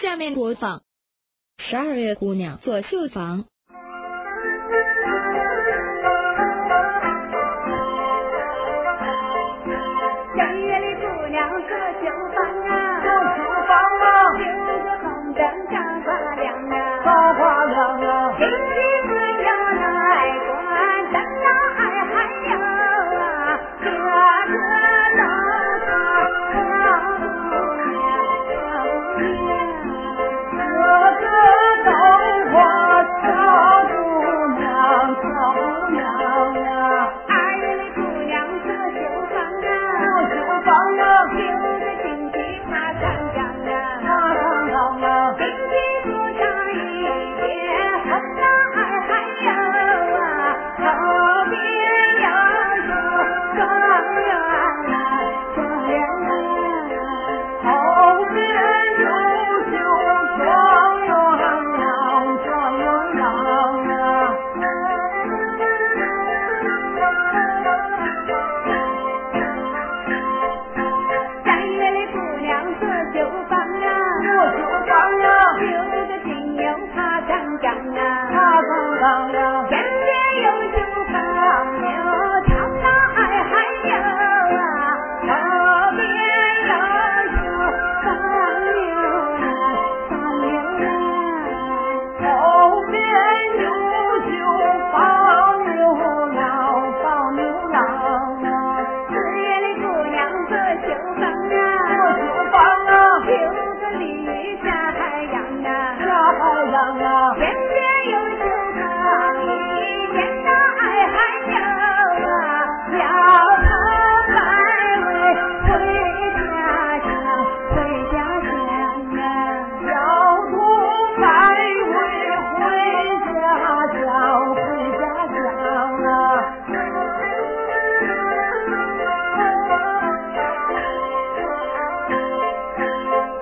下面播放《十二月姑娘左秀房》。小月的姑娘做酒坊啊，做厨房啊，顶着红灯照花亮啊，照花亮啊，今天还有那爱国灯啊，还有啊，个个都是好姑娘，个个都夸小姑娘，小姑娘啊，二月的姑娘做酒做坊啊，厨房啊，顶着锦旗爬山岗啊。大上岗啊，金鸡不长一节，横那儿还有啊，后边有个庄园啊，庄园啊，后边有酒庄啊，庄园啊。三月的姑娘做酒坊做啊，厨房啊，留着金牛爬山岗啊，大上岗啊，前边有酒放牛，长那儿还有啊，后边有酒放牛啊，放牛啊。后边有酒放牛郎，放牛郎啊，四月的姑娘做酒坊做啊，厨房啊，留个鲤鱼下海洋啊。下海洋啊，前边有酒放鱼，前那儿还有啊，摇头摆尾回家乡，回家乡啊。小兔来回回家乡，回家乡啊，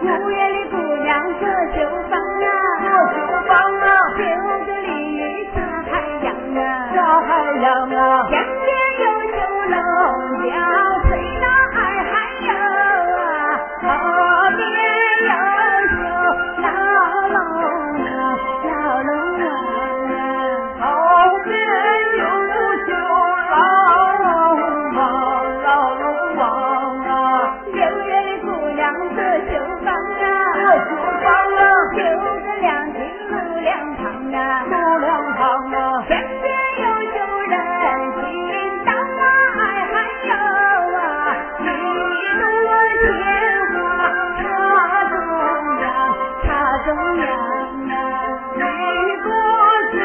五月里姑娘做酒坊做啊，厨房啊，留着鲤鱼下海洋啊。下海洋啊，前边有九龙角，水那儿还有啊，后边有九老龙啊，老龙王啊。后边有酒老龙王，老龙王啊。六月里姑娘做酒坊做啊，厨房啊，留着两斤路两旁啊。路两旁啊，前边有九人行，当外还有啊，一朵鲜花插中央，插中央啊。一朵鲜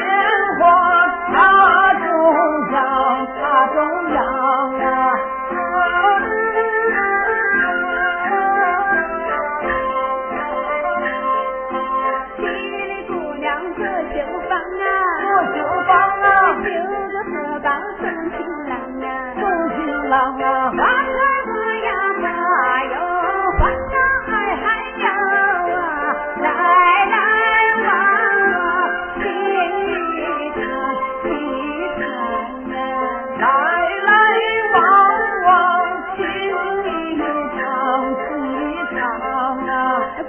花插中央，插中央啊。七月的姑娘做酒坊做啊，厨房啊，留个荷包送新郎啊。送新郎啊，花开花呀花哟，花呀儿还有啊，来来往往新一场一场啊。来来往往情一场，情一场啊。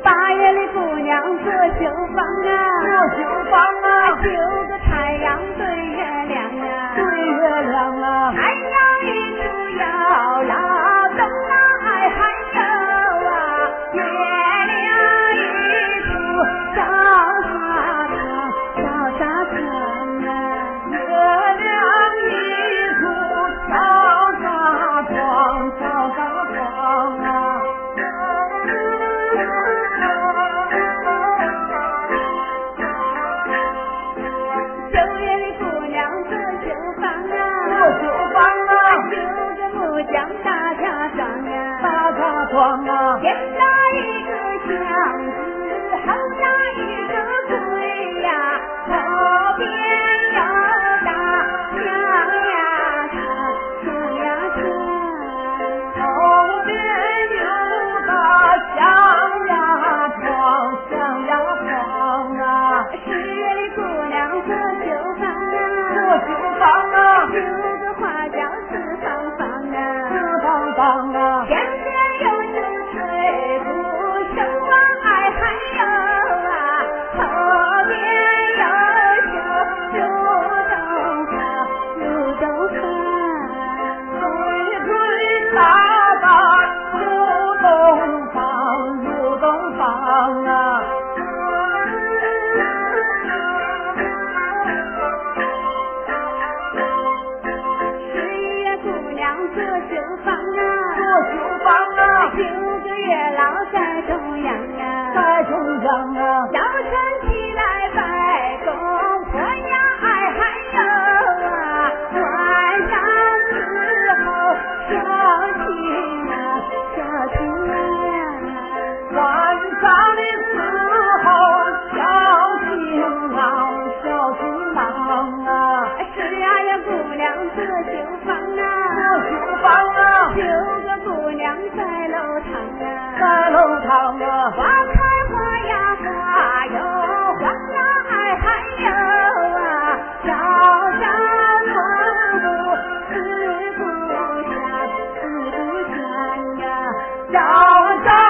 八月里姑娘做酒坊做啊，厨房啊，就个太阳对月亮啊。对月亮啊，太阳一出要拉东来还有啊，月亮一出照沙场，照沙场啊。月亮一出照纱窗，照纱窗啊。五啊啊啊羊啊，早晨起来拜公婆呀，还有啊，晚上伺候孝敬啊，孝敬啊。晚上的时候小心郎，小心郎啊，是啊呀，姑娘这就房这啊，厨房啊，九个姑娘在楼堂啊，在楼堂啊，花开花呀花哟，花呀还有啊，朝朝暮暮思故乡，思故乡呀。小张。